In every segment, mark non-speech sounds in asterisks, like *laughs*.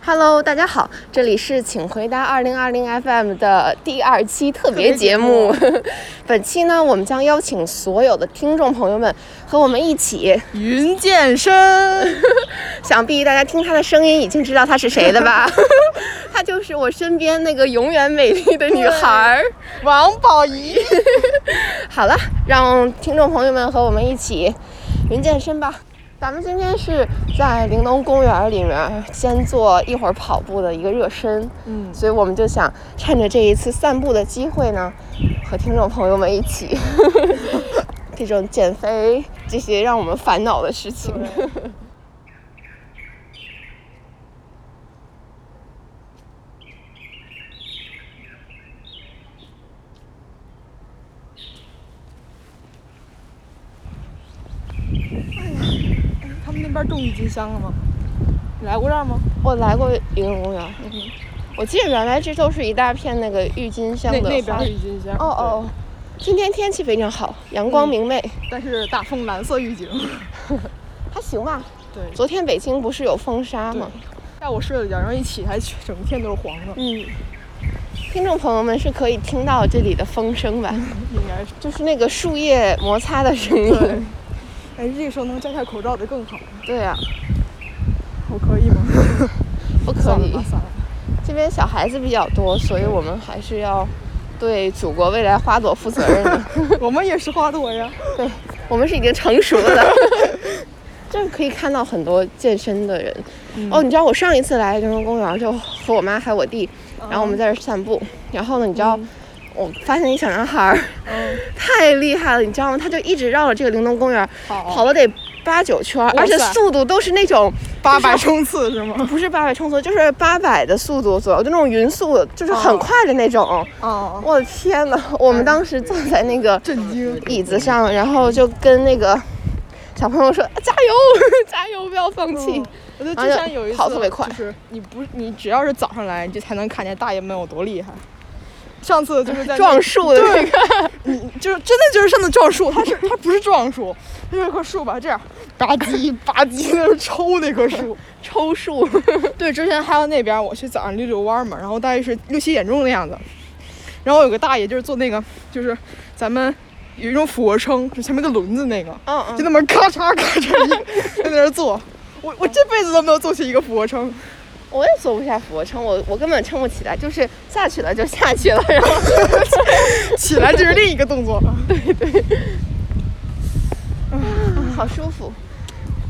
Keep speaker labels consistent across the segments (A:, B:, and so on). A: Hello，大家好，这里是请回答二零二零 FM 的第二期特别节目。本期呢，我们将邀请所有的听众朋友们和我们一起。
B: 云健身，
A: *laughs* 想必大家听他的声音已经知道他是谁了吧？ *laughs* 他就是我身边那个永远美丽的女孩儿。
B: 王宝仪，
A: *laughs* 好了，让听众朋友们和我们一起云健身吧。咱们今天是在玲珑公园里面先做一会儿跑步的一个热身，
B: 嗯，
A: 所以我们就想趁着这一次散步的机会呢，和听众朋友们一起 *laughs* 这种减肥这些让我们烦恼的事情。
B: 他们那边种郁金香了吗？你来过这儿吗？
A: 我来过云龙公园，嗯我记得原来这都是一大片那个郁金香
B: 那
A: 的
B: 那
A: 花
B: 边郁金香，
A: 哦哦，今天天气非常好，阳光明媚，
B: 对，但是大风蓝色预警，
A: 还行吧。
B: 对，
A: 昨天北京不是有风沙吗？
B: 下午睡了一觉，然后一起还整个天都是黄的，
A: 嗯，听众朋友们是可以听到这里的风声 *laughs* 吧，
B: 应该是。
A: 就是那个树叶摩擦的声
B: 对
A: 音。，
B: 哎，这个时候能摘下口罩就更好了。
A: 对啊，
B: 我可以吗？
A: 不可
B: 算
A: 以
B: 了吧，。算了吧。
A: 这边小孩子比较多，所以我们还是要对祖国未来花朵负责任 *laughs* 的。
B: 我们也是花朵呀。
A: 我们是已经成熟了 *laughs* 的，就是可以看到很多健身的人。哦，你知道我上一次来人中公园就和我妈还有我弟，然后我们在这儿散步，然后呢，你知道。我发现一小男孩儿
B: 嗯，
A: 太厉害了，你知道吗？他就一直绕着这个玲珑公园
B: 好，
A: 跑了得八九圈儿，
B: 哇
A: 而且
B: 塞
A: 速度都是那种
B: 八百冲刺是吗？
A: 不是八百冲刺，就是八百的速度左右，就那种匀速，就是很
B: 哦
A: 快的那种。
B: 哦，
A: 我的天呐，我们当时坐在那个
B: 震惊。
A: 椅子上，然后就跟那个小朋友说：“加油， *laughs* 加油，不要放弃。
B: 嗯 *laughs* 我觉得
A: 而
B: 之
A: 且
B: 前有一次
A: 跑特别快
B: 就是你不你只要是早上来，你就才能看见大爷们有多厉害。上次就是在那
A: 撞，树的那个，
B: 你就是真的就是上次撞树，他是他不是撞树，他就是棵树吧，这样吧唧吧唧在那抽那棵树。
A: 抽树，
B: *laughs* 对，之前还有那边我去早上溜溜弯儿嘛，然后大概是六七点钟的样子，然后有个大爷就是做那个就是咱们有一种俯卧撑，就前面一个轮子那个，
A: 嗯
B: 就
A: 嗯，
B: 那么咔嚓咔嚓一个在那儿做，我我这辈子都没有做起一个俯卧撑。
A: *laughs* 我也做不下俯卧撑，我我根本撑不起来，就是下去了就下去了，然后
B: 起来就是另一个动作。
A: 好舒服。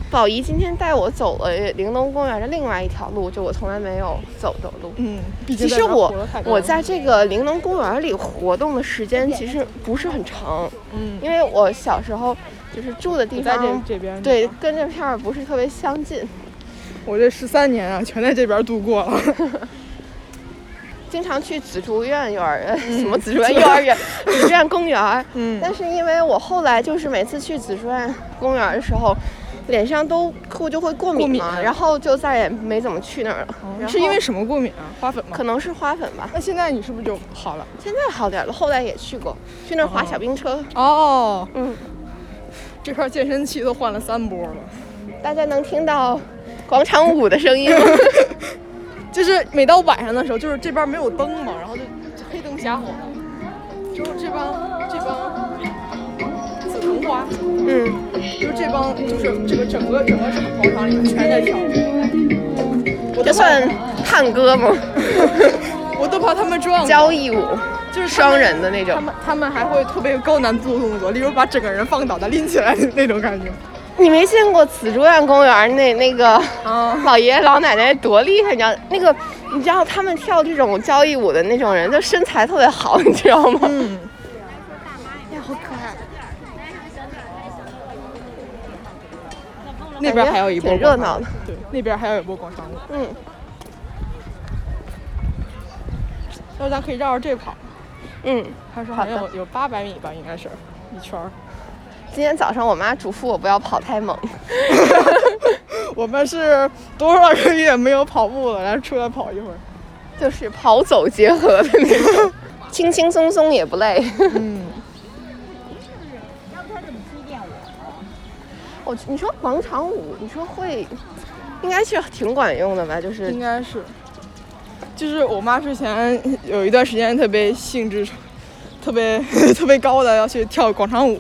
A: 宝仪今天带我走了玲珑公园的另外一条路，就我从来没有走的路。
B: *laughs* 嗯，毕
A: 其
B: 竟
A: 实我我
B: 在
A: 在这个玲珑公园里活动的时间其实不是很长，
B: 嗯
A: 因为我小时候就是住的地
B: 在这
A: 方，
B: 这边，
A: 对，跟这片儿不是特别相近，
B: 我这十三年啊，全在这边度过了。
A: 经常去紫竹院幼儿园， *laughs* 什么紫竹院幼儿园、紫竹院公园儿。
B: 嗯
A: 但是因为我后来就是每次去紫竹院公园儿的时候，脸上都会就会过敏嘛，
B: 过敏
A: 然后就再也没怎么去那儿了。然
B: *laughs* 是因
A: 后
B: 为什么过敏啊？花粉吗
A: 可？能是花粉吧，
B: 那现在你是不是就好了？
A: 现在好点儿了。后来也去过，去那儿滑小冰车。
B: 哦，
A: 嗯，
B: 这块健身器都换了三波了，
A: 大家能听到广场舞的声音 *laughs* 吗？
B: 就是每到晚上的时候，就是这边没有灯嘛，然后就就黑灯瞎火的，就是这帮这帮紫藤花，
A: 嗯。
B: 就是这帮就是这个整个整个广场里面全在跳舞。我
A: 这
B: 都怕
A: 算探戈 *laughs* 吗？
B: 我都怕他 *laughs* 们撞到
A: 交谊舞，
B: 就是他们
A: 双人的那
B: 他
A: 种。
B: 们他们还会特别高难度的动作，例如把整个人放倒再拎起来那种感觉。
A: 你没见过紫竹院公园那那个
B: 啊，
A: *laughs* 老爷爷老奶奶多厉害？你知道那个，你知道他们跳这种交谊舞的那种人，就身材特别好，你知道吗？
B: 嗯，哎，好可爱。那边还有一波
A: 挺热闹的，
B: 对，那边还有一波广场舞，
A: 嗯，
B: 到时候咱可以绕着这跑。
A: 嗯。
B: 他说好像
A: 好
B: 有有八百米吧，应该是一圈儿。 *laughs*
A: 今天早上我妈嘱咐我不要跑太猛， *laughs*
B: 我们是多少个月没有跑步了，然后出来跑一会儿。
A: 就是跑走结合的那种，轻轻松松也不累。 *laughs*
B: 嗯，
A: 哦我去你说广场舞，你说会应该是挺管用的吧？就是
B: 应该是。就是我妈之前有一段时间特别兴致，特别 *laughs* 特别高的要去跳广场舞，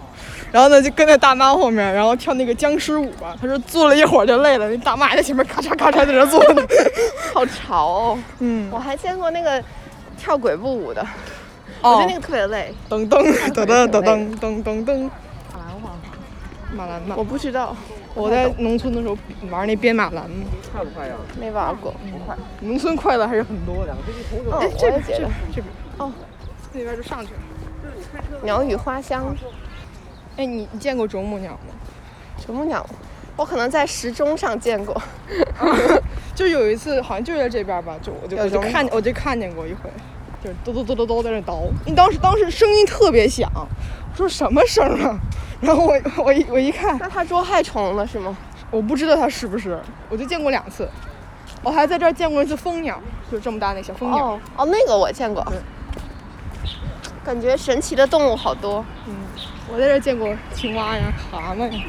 B: 然后呢就跟在大妈后面，然后跳那个僵尸舞吧。她说坐了一会儿就累了，那大妈还在前面咔嚓咔嚓在那坐呢。
A: 好潮哦。
B: *laughs* 嗯
A: 我，还见过那个跳鬼步舞的，我觉
B: 哦
A: 得那，个特别累。
B: 噔噔噔噔噔噔噔噔，马兰吧
A: 我。不知道，
B: 我在农村的时候玩那编马兰嘛，
C: 快不快呀？
A: 没玩过。
B: 农村快乐还是很多的。
C: 两个飞机同时
A: 嗯嗯，我
B: 哎，
A: 也
B: 这边
A: 觉
B: 这
A: 得
B: 边这边
A: 哦，
B: 那边就上去了。
A: 鸟语花香，
B: 哎，你你见过啄木鸟吗？
A: 啄木鸟，我可能在时钟上见 *laughs* 过。
B: 就有一次好像就在这边吧，就我就
A: 有
B: 我就
A: 啄木
B: 看我就看见过一回，就是嘟嘟嘟嘟嘟在那叨，你当时当时声音特别响，我说什么声啊？ *laughs* 然后我我一我一看，
A: 那它捉害虫了是吗？
B: 我不知道它是不是，我就见过两次，我还在这儿见过一次蜂鸟，就这么大那小蜂鸟。
A: 哦哦，那个我见过。感觉神奇的动物好多，
B: 我在这儿见过青蛙呀、蛤蟆呀、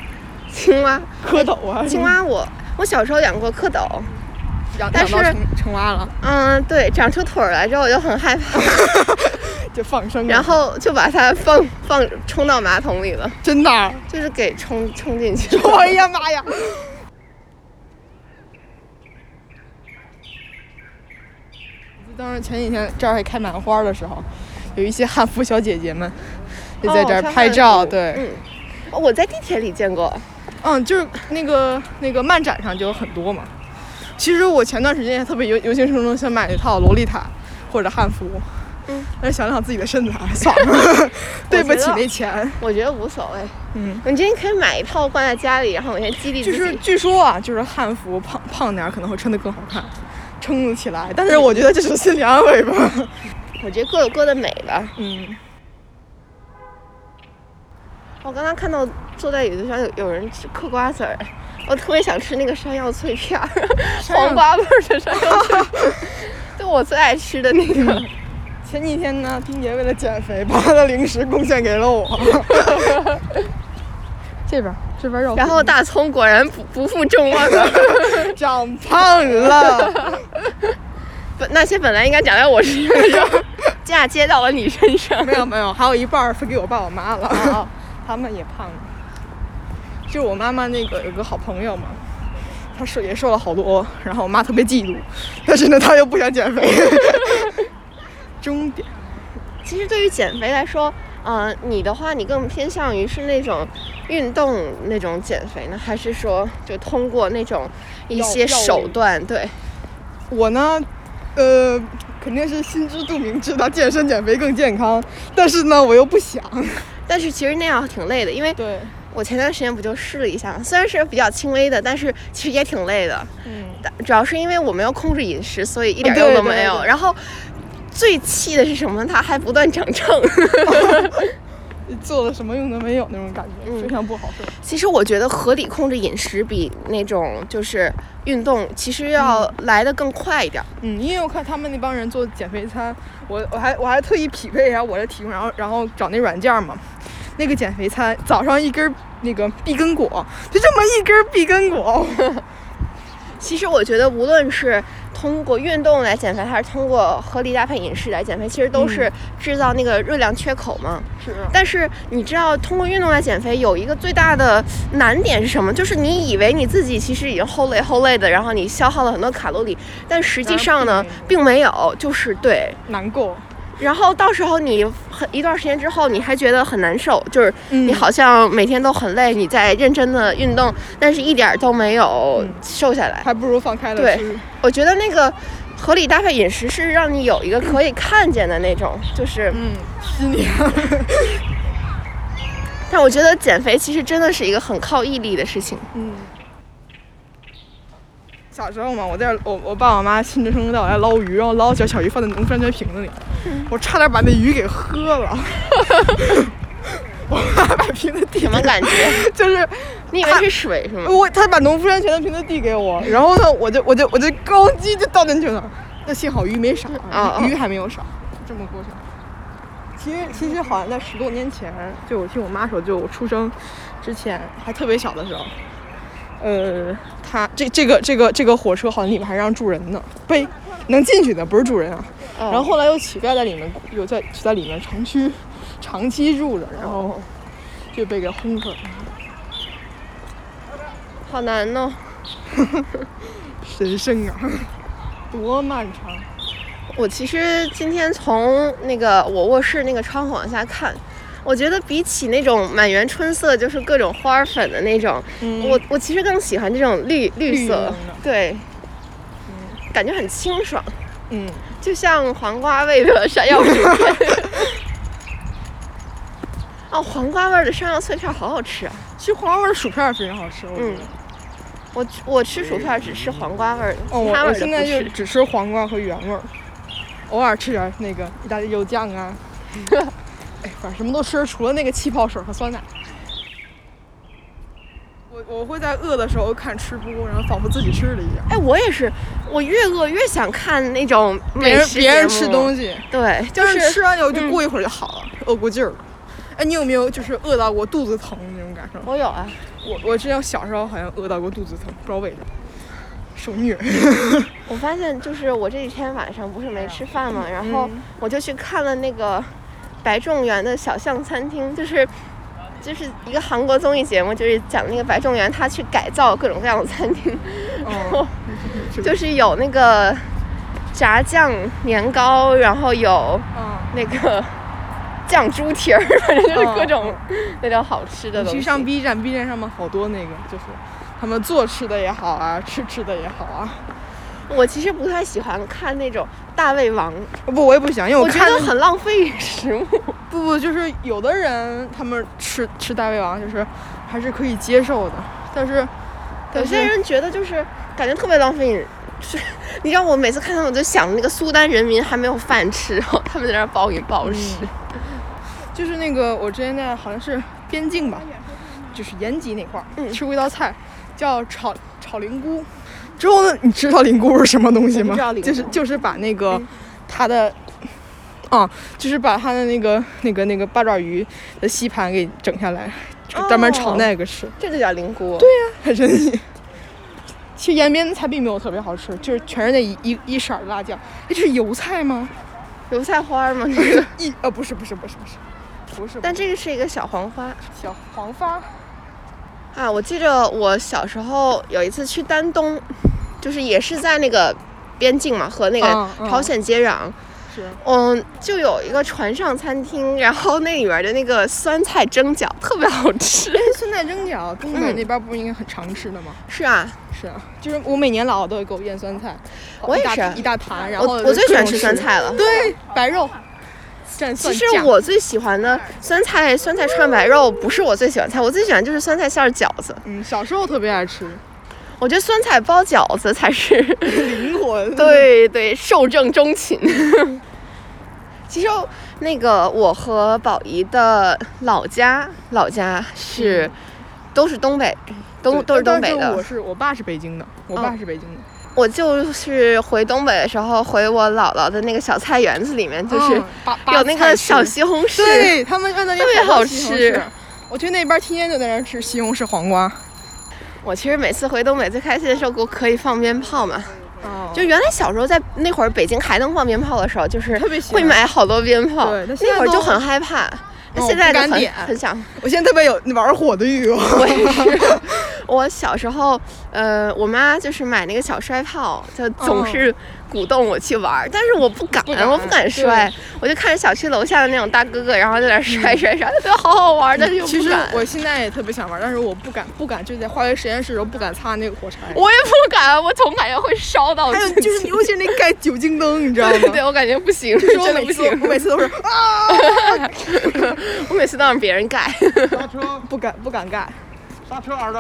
A: 青蛙，
B: 蝌蚪啊，
A: 青蛙我我小时候养过蝌蚪，
B: 养
A: 但
B: 养到
A: 是
B: 成成蛙了，
A: 嗯，对，长出腿儿来之后我就很害 *laughs* 怕，
B: 就放生了。
A: 然后就把它放放冲到马桶里了，
B: 真的
A: *laughs*
B: 啊，
A: 就是给冲冲进去了。
B: 哎呀妈呀！当时前几天这儿还开满花的时候，有一些汉服小姐姐们就在这儿拍照，
A: 哦
B: 对，，
A: 穿汉服嗯，我在地铁里见过，
B: 嗯，就是那个那个漫展上就有很多嘛。其实我前段时间也特别由由心生衷想买一套洛丽塔或者汉服，
A: 嗯，
B: 但是想了想自己的身材，算了，对不起
A: 我觉得
B: 那钱。
A: 我觉得无所谓。
B: 嗯，
A: 你今天可以买一套挂在家里，然后每天激励
B: 就
A: 自己。
B: 是据说啊，就是汉服胖胖点儿可能会穿得更好看，撑得起来。但是我觉得这是心理安慰吧。
A: 我觉得各有各的美吧。
B: 嗯，
A: 我刚刚看到坐在椅子上有有人吃嗑瓜子儿，我特别想吃那个山药脆片儿，
B: 山药
A: 黄瓜味儿的山药脆片
B: *laughs*
A: 儿，就我最爱吃的那个。
B: 嗯前几天呢，丁杰为了减肥，把他的零食贡献给了我。这边儿，这边儿绕回
A: 然后大葱果然不不负众望啊，
B: 长胖了，
A: 本那些本来应该长在我身上的
B: *laughs*
A: 肉，嫁接到了你身上
B: 没。有没有，还有一半儿分给我爸我妈了。
A: 哦
B: *laughs* 他们也胖了。就是我妈妈那个有个好朋友嘛，她瘦也瘦了好多，然后我妈特别嫉妒， *laughs* 但是呢，她又不想减
A: *laughs*
B: 肥。终点，
A: 其实对于减肥来说，嗯、你的话，你更偏向于是那种运动那种减肥呢，还是说就通过那种一
B: 药
A: 些
B: 药物
A: 手段？对，
B: 我呢，呃，肯定是心知肚明，知道健身减肥更健康，但是呢，我又不想。
A: 但是其实那样挺累的，因为
B: 对，
A: 我前段时间不就试了一下嘛，虽然是比较轻微的，但是其实也挺累的。
B: 嗯，
A: 但主要是因为我没有控制饮食，所以一点
B: 嗯对
A: 用都没有。
B: 对对
A: 然后最气的是什么？它还不断长 *laughs* 秤。
B: 做了什么用都没有那种感觉，
A: 嗯
B: 非常不好受。
A: 其实我觉得合理控制饮食比那种就是运动其实要来的更快一点。
B: 嗯，因为我看他们那帮人做减肥餐，我我还我还特意匹配一下我的体重，然后然后找那软件儿嘛，那个减肥餐早上一根儿那个碧根果，就这么一根儿碧根果， *laughs*
A: 其实我觉得，无论是通过运动来减肥，还是通过合理搭配饮食来减肥，其实都是制造那个热量缺口嘛。
B: 是啊
A: 但是你知道，通过运动来减肥有一个最大的难点是什么？就是你以为你自己其实已经齁累齁累的，然后你消耗了很多卡路里，但实际上呢，并没有，就是对。
B: 难过，
A: 然后到时候你很一段时间之后，你还觉得很难受，就是
B: 嗯
A: 你好像每天都很累，你在认真的运动，但是一点儿都没有瘦下来。
B: 还不如放开了
A: 对
B: 吃。
A: 我觉得那个合理搭配饮食是让你有一个可以看见的那种，就是
B: 嗯，心里
A: 但我觉得减肥其实真的是一个很靠毅力的事
B: *laughs*
A: 情。
B: *laughs* 嗯。小时候嘛，我在这儿我我爸我妈兴致冲冲带我来捞鱼，然后捞小小鱼放在农夫山泉瓶子里，我差点把那鱼给喝了。 *laughs* 我妈把瓶子递
A: 什么
B: 给我
A: 感觉？
B: *laughs* 就是
A: 你以为是水是吗？
B: 我他把农夫山泉的瓶子递给我，然后呢，我就我就我就高级就倒进去了。那幸好鱼没少啊
A: 哦，
B: 鱼鱼还没有少，这么过去了。其实其实好像在十多年前，就我听我妈说，就我出生之前还特别小的时候，呃，他这这个这个这个火车好像里面还让住人呢，呸，能进去的不是住人啊。
A: 哦
B: 然后后来有乞丐在里面，有在就在里面长期长期住着，然后就被给轰出来了，
A: 好难哦呢、
B: 神圣啊， *laughs* 多漫长。
A: 我其实今天从那个我卧室那个窗户往下看，我觉得比起那种满园春色，就是各种花儿粉的那种，
B: 嗯
A: 我我其实更喜欢这种绿绿
B: 绿
A: 色，
B: 的嗯那种
A: 对，感觉很清爽，
B: 嗯，
A: 就像黄瓜味的山药脆片。 *laughs* 哦，黄瓜味儿的山药脆片儿好好吃啊！
B: 其实黄瓜味儿薯片儿非常好吃，我觉得。
A: 嗯我我吃薯片儿只吃黄瓜味儿的，
B: 哦，
A: 其
B: 我
A: 他味
B: 我
A: 儿的
B: 现
A: 不
B: 在就
A: 吃。
B: 只吃黄瓜和原味儿，偶尔吃点儿那个意大利肉酱啊， *laughs* 哎，反正什么都吃，除了那个气泡水和酸奶。我我会在饿的时候看吃播，然后仿佛自己吃了一样。
A: 哎，我也是，我越饿越想看那种
B: 别
A: 美
B: 人
A: 食
B: 别人
A: 节
B: 吃
A: 目
B: 东西，
A: 对，就
B: 但
A: 是
B: 吃完以后就
A: 嗯
B: 过一会儿就好了，饿过劲儿了。哎，你有没有就是饿到过肚子疼那种感受？
A: 我有啊，
B: 我我之前小时候好像饿到过肚子疼，不知道为啥，受虐。
A: 我发现就是我这几天晚上不是没吃饭
B: 嗯
A: 嘛，然后我就去看了那个白种元的小巷餐厅，就是就是一个韩国综艺节目，就是讲那个白种元他去改造各种各样的餐厅，
B: *laughs* 嗯，
A: *laughs* 就是有那个炸酱年糕，然后有
B: 嗯。
A: 那个 *laughs* 酱猪蹄儿， *laughs* 反正就是
B: 哦
A: 各种那种好吃的
B: 你
A: 东
B: 去
A: 西。
B: 上 B 站，B 站上面好多那个，就是他们做吃的也好啊，吃吃的也好啊。
A: 我其实不太喜欢看那种大胃王，
B: 不，我也不想，因为
A: 我觉
B: 看
A: 得很浪费食物。
B: 不不，就是有的人他们吃吃大胃王，就是还是可以接受的，但是
A: 有
B: 但
A: 些
B: 是
A: 人觉得就是感觉特别浪费， *laughs* 是你让我每次看到我就想那个苏丹人民还没有饭吃，然后他们在那儿暴饮暴食。
B: 嗯就是那个我之前在好像是边境吧，就是延吉那块儿、
A: 嗯
B: 吃过一道菜，叫炒炒灵菇。之后呢，你知道灵菇是嗯什么东西
A: 我不
B: 吗
A: 知道？灵菇
B: 就是就是把那个它的。啊、就是把它的那个、那个、那个八爪鱼的吸盘给整下来，就专门炒
A: 哦
B: 那个吃，
A: 这就叫灵菇。对，
B: 很神奇。其实延边的菜并没有特别好吃，就是全是那一一一色儿的辣酱。哎，这是油菜 *laughs* 吗？
A: 油菜花嘛，这个。
B: 一呃，不是，不是，不是，不是，不是。
A: *laughs* 但这个是一个小黄花
B: 小黄花儿，
A: 啊！我记着我小时候有一次去丹东，就是也是在那个边境嘛，和那个
B: 嗯嗯
A: 朝鲜接壤。
B: 是
A: 嗯，就有一个船上餐厅，然后那里边的那个酸菜蒸饺特别好吃。 *laughs*
B: 酸菜蒸饺，东
A: 嗯
B: 北那边不是应该很常吃的吗？
A: 是啊，
B: 是啊，就是我每年姥姥都会给我腌酸菜，
A: 我也
B: 一大
A: 是
B: 一大盘，然
A: 我
B: 后
A: 我最喜欢吃酸
B: 了，
A: 菜了。
B: 对，白肉蘸蒜
A: 其实
B: 酱
A: 我最喜欢的酸菜酸菜串白肉不是我最喜欢的菜，我最喜欢就是酸菜馅儿饺子。
B: 嗯小时候特别
A: *laughs*
B: 爱吃，
A: 我觉得酸菜包饺子才是
B: 灵 *laughs* 魂，
A: 对对受正钟
B: *laughs*
A: 情。其实那个我和宝仪的老家老家是、都是东北，
B: 嗯对，
A: 都都是
B: 但
A: 东北
B: 但是我
A: 的。
B: 是我爸是北京的，我爸
A: 哦
B: 是北京的，
A: 我就是回东北的时候，回我姥姥的那个小菜园子里面，就是
B: 嗯八八
A: 有那
B: 菜
A: 个
B: 式
A: 小西红柿。
B: 对他们按那里
A: 特别
B: 多
A: 好
B: 西红
A: 吃
B: 柿。我去那边天天就在那儿吃西红柿黄瓜，
A: 我其实每次回东北最开心的时候，我可以放鞭炮嘛。
B: 哦
A: 就原来小时候在那会儿北京还能放鞭炮的时候，就是
B: 特别喜欢
A: 会买好多鞭炮，
B: 对但现在
A: 那会儿就
B: 都
A: 很害怕。那
B: 哦
A: 现在
B: 不
A: 就
B: 敢
A: 很
B: 点
A: 很想，
B: 我现在特别有玩火的欲望。
A: 我也是。我小时候，呃，我妈就是买那个小摔炮，就总
B: 哦
A: 是鼓动我去玩儿，但是我不敢，
B: 不敢
A: 我不敢摔，我就看着小区楼下的那种大哥哥，然后在
B: 嗯
A: 那儿摔摔摔，觉得好好玩儿，但是又
B: 其
A: 不
B: 实
A: 敢。
B: 我现在也特别想玩，但是我不敢，不敢就在化学实验室的时候不敢擦那个火柴。
A: 我也不敢，我总感觉会烧到 *laughs*
B: 还有
A: 自己。
B: 就是，尤其是那盖酒精灯，你知道吗？
A: 对对，我感觉不行，
B: 就是我
A: 真的
B: 每
A: 不
B: 次我
A: 行。
B: 每次
A: *laughs*
B: 都是啊，
A: 我每次都让别人盖，
C: 刹车，
B: 不敢不敢盖，
C: 刹车，儿子。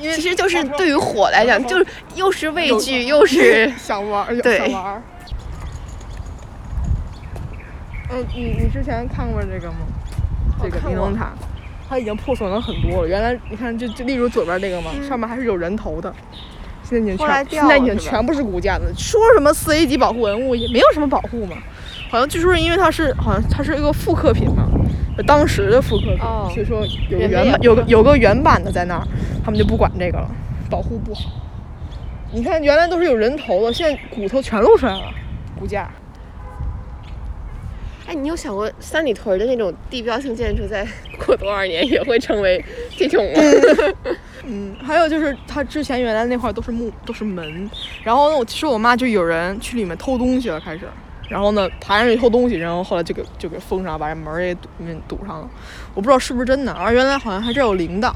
B: 因
A: 其
B: 为
A: 实就是对于火来讲，就是又是畏惧，又是
B: *laughs* 想玩儿，
A: 对
B: 想玩儿。嗯，你你之前看过这个吗？这个
A: 哦看
B: 玲
A: 过
B: 珑塔，它已经破损了很多了。原来你看，就就例如左边这个嘛，上面还是有人头的，现在已经
A: 嗯后来
B: 全
A: 掉
B: 现在已
A: 了
B: 经
A: 是吧
B: 全部是骨架的。说什么四 A 级保护文物也没有什么保护嘛，好像据说是因为它是好像它是一个复刻品嘛，当时的复刻品，
A: 哦
B: 所以说有个
A: 人类
B: 原
A: 也
B: 版
A: 不
B: 有
A: 知
B: 个
A: 道
B: 有个原版的在那儿，他们就不管这个了。保护不好。你看，原来都是有人头的，现在骨头全露出来了，骨架。
A: 哎，你有想过三里屯儿的那种地标性建筑，在过多少年也会成为这种吗？
B: 嗯，还有就是它之前原来那块儿都是木，都是门，然后呢，我其实我妈就有人去里面偷东西了，开始，然后呢爬上去偷东西，然后后来就给就给封上，把门儿也堵嗯堵上了，我不知道是不是真的，啊而原来好像还真有铃铛，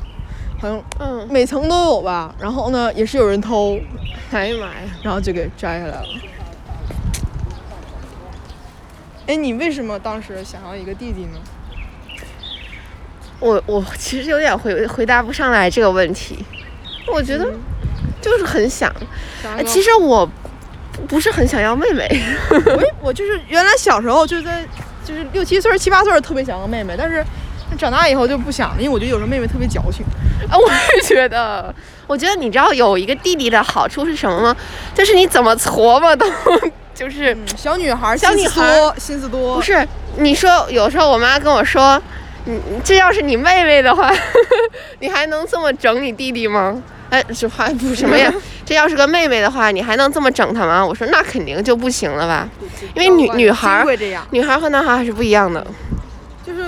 B: 好像
A: *laughs* 嗯，
B: 每层都有吧，然后呢也是有人偷，
A: 哎呀妈呀！
B: 然后就给摘下来了。哎，你为什么当时想要一个弟弟呢？
A: 我我其实有点回回答不上来这个问题，我觉得就是很想，
B: 想要
A: 哎
B: 个
A: 其实我不是很想要妹妹。
B: 我也我就是原来小时候就是在就是六七岁儿七八岁儿特别想要妹妹，但是长大以后就不想了，因为我觉得有时候妹妹特别矫情。
A: 啊，我也觉得，我觉得你知道有一个弟弟的好处是什么吗？就是你怎么琢磨都 *laughs* 就是
B: 小女孩儿
A: 小
B: 心
A: 女
B: 思
A: 孩
B: 多，心思多。
A: 不是？你说有时候我妈跟我说，你你这要是你妹妹的话， *laughs* 你还能这么整你弟弟吗？哎，这还不什么
B: *laughs*
A: 呀？这要是个妹妹的话，你还能这么整她吗？我说那肯定就不行了吧，因为女女孩
B: 真
A: 儿
B: 啊会这样，嗯
A: 女孩儿和男孩儿还是不一样的。
B: 就是。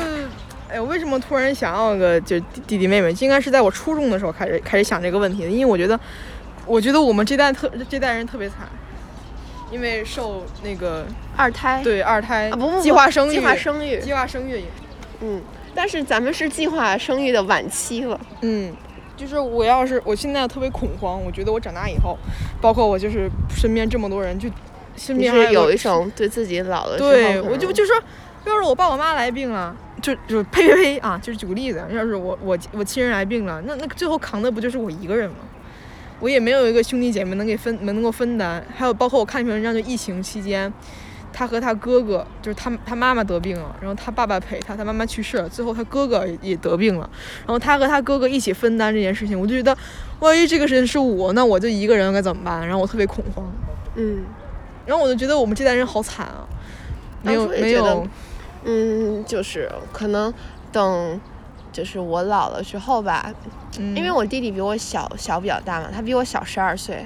B: 哎，我为什么突然想要个就是弟弟弟妹妹？应该是在我初中的时候开始开始想这个问题的，因为我觉得，我觉得我们这代特这代人特别惨，因为受那个
A: 二胎
B: 对二胎、
A: 啊不不不
B: 计划生育
A: 计划生育，
B: 计划生育影
A: 嗯，但是咱们是计划生育的晚期了。
B: 嗯，就是我要是我现在特别恐慌，我觉得我长大以后，包括我就是身边这么多人，就身
A: 你
B: 边还
A: 是有
B: 个
A: 一种对自己老了之后可
B: 对
A: 能，
B: 我就就说，要是我爸我妈来病了，就就呸呸呸啊，就是举个例子，要是我我我亲人来病了，那那最后扛的不就是我一个人吗？我也没有一个兄弟姐妹能给分能够分担，还有包括我看一篇文章，就疫情期间，他和他哥哥，就是他他妈妈得病了，然后他爸爸陪他，他妈妈去世了，最后他哥哥也也得病了，然后他和他哥哥一起分担这件事情，我就觉得，万一这个事情是我，那我就一个人该怎么办？然后我特别恐慌，
A: 嗯
B: 然后我就觉得我们这代人好惨啊，没有
A: 当初也
B: 没
A: 觉得
B: 有。
A: 嗯，就是可能等就是我老了之后吧，
B: 嗯
A: 因为我弟弟比我小小比较大嘛，他比我小十二岁，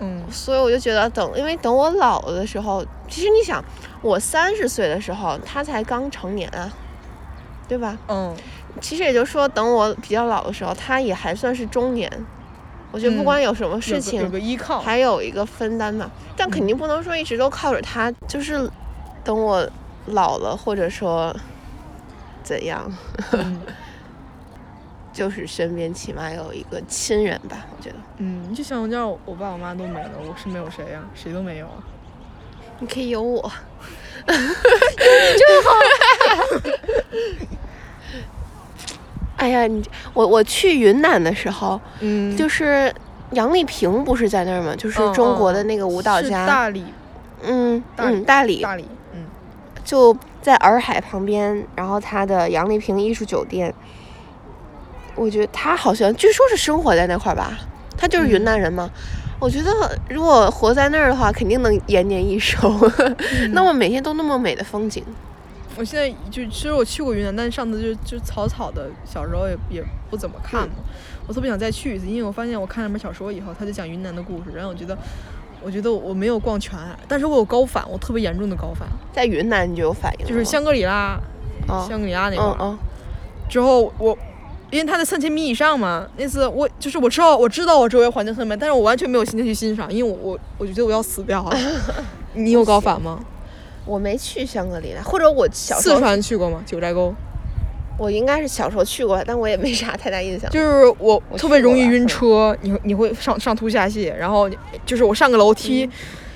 B: 嗯
A: 所以我就觉得等，因为等我老了的时候，其实你想，我三十岁的时候他才刚成年啊，对吧？
B: 嗯
A: 其实也就是说，等我比较老的时候，他也还算是中年。我觉得不
B: 嗯
A: 管有什么
B: 有
A: 事
B: 个
A: 情
B: 有，个依靠，
A: 还有一个分担嘛，但肯定不能说一直都靠着他，就是等我老了或者说怎样，
B: 嗯
A: 就是身边起码有一个亲人吧，我觉得
B: 嗯，就像我家我爸我妈都没了，我身边有谁呀、谁都没有啊。
A: 你可以有我，有你真 *laughs* 好。哎呀，你我我去云南的时候，
B: 嗯
A: 就是杨丽萍不是在那儿吗？就是
B: 嗯
A: 中国
B: 嗯
A: 的那个舞蹈
B: 是
A: 家，
B: 大理
A: 嗯
B: 大理
A: 嗯，哦大理
B: 大理，嗯
A: 就在洱海旁边，然后他的杨丽萍艺术酒店，我觉得他好像据说是生活在那块儿吧，他就是云南人嘛。我觉得如果活在那儿的话，肯定能延年益寿。
B: 嗯
A: *laughs* 那么每天都那么美的风景，
B: 我现在就其实我去过云南，但是上次就就草草的，小时候也也不怎么看
A: 嗯
B: 嘛。我特别想再去一次，因为我发现我看那本小说以后，他就讲云南的故事，然后我觉得。我觉得我没有逛全，但是我有高反，我特别严重的高反，
A: 在云南你就有反应了吗，
B: 就是香格里拉，
A: 哦
B: 香格里拉那块
A: 嗯
B: 儿，
A: 嗯
B: 之后我，因为它在三千米以上嘛，那次我就是我知道我知道我周围环境很美，但是我完全没有心情去欣赏，因为我我我觉得我要死掉
A: *laughs*
B: 了。你有高反吗？
A: 我没去香格里拉，或者我小时
B: 四
A: 候啊
B: 川去过吗？九寨沟
A: 我应该是小时候去过，但我也没啥太大印象。
B: 就是我
A: 我
B: 特别容易
A: 去过吧
B: 晕车，你会你会上上吐下泻，然后就是我上个楼梯。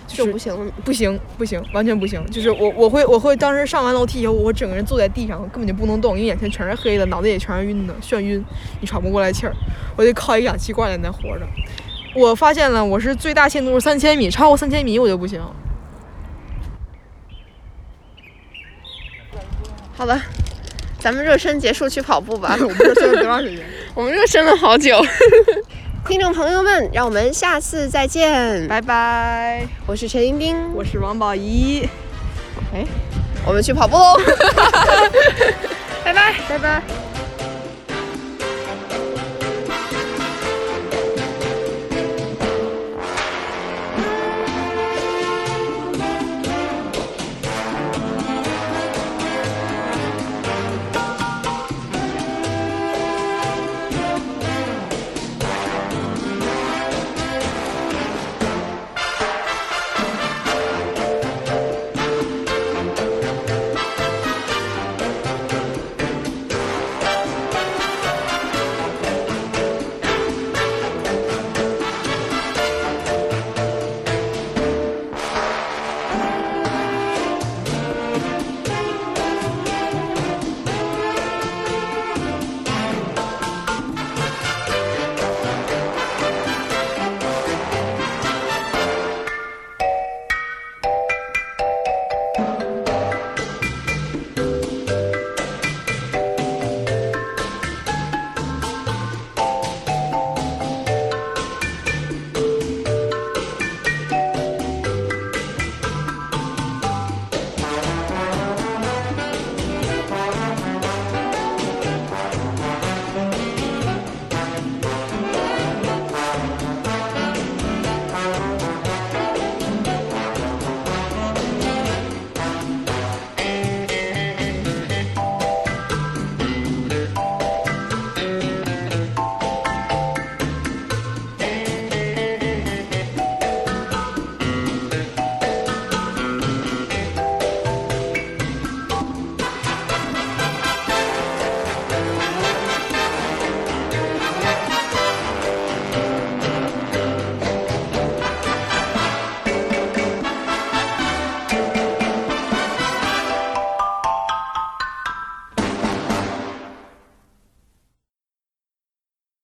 A: 就
B: 就是
A: 不行了，
B: 不行不行，完全不行！就是我我会我会当时上完楼梯以后，我整个人坐在地上，根本就不能动，因为眼前全是黑的，脑袋也全是晕的，眩晕，你喘不过来气儿，我就靠一氧气罐在那活着。我发现了，我是最大限度是三千米，超过三千米我就不行。
A: 好吧，咱们热身结束去跑步吧。
B: *laughs* 我不知道这多长时间，
A: 我们热身了好久。 *laughs* 听众朋友们，让我们下次再见。
B: 拜拜！
A: 我是陈丁丁，
B: 我是王宝仪，
A: 我们去跑步喽。拜拜。
B: 拜拜。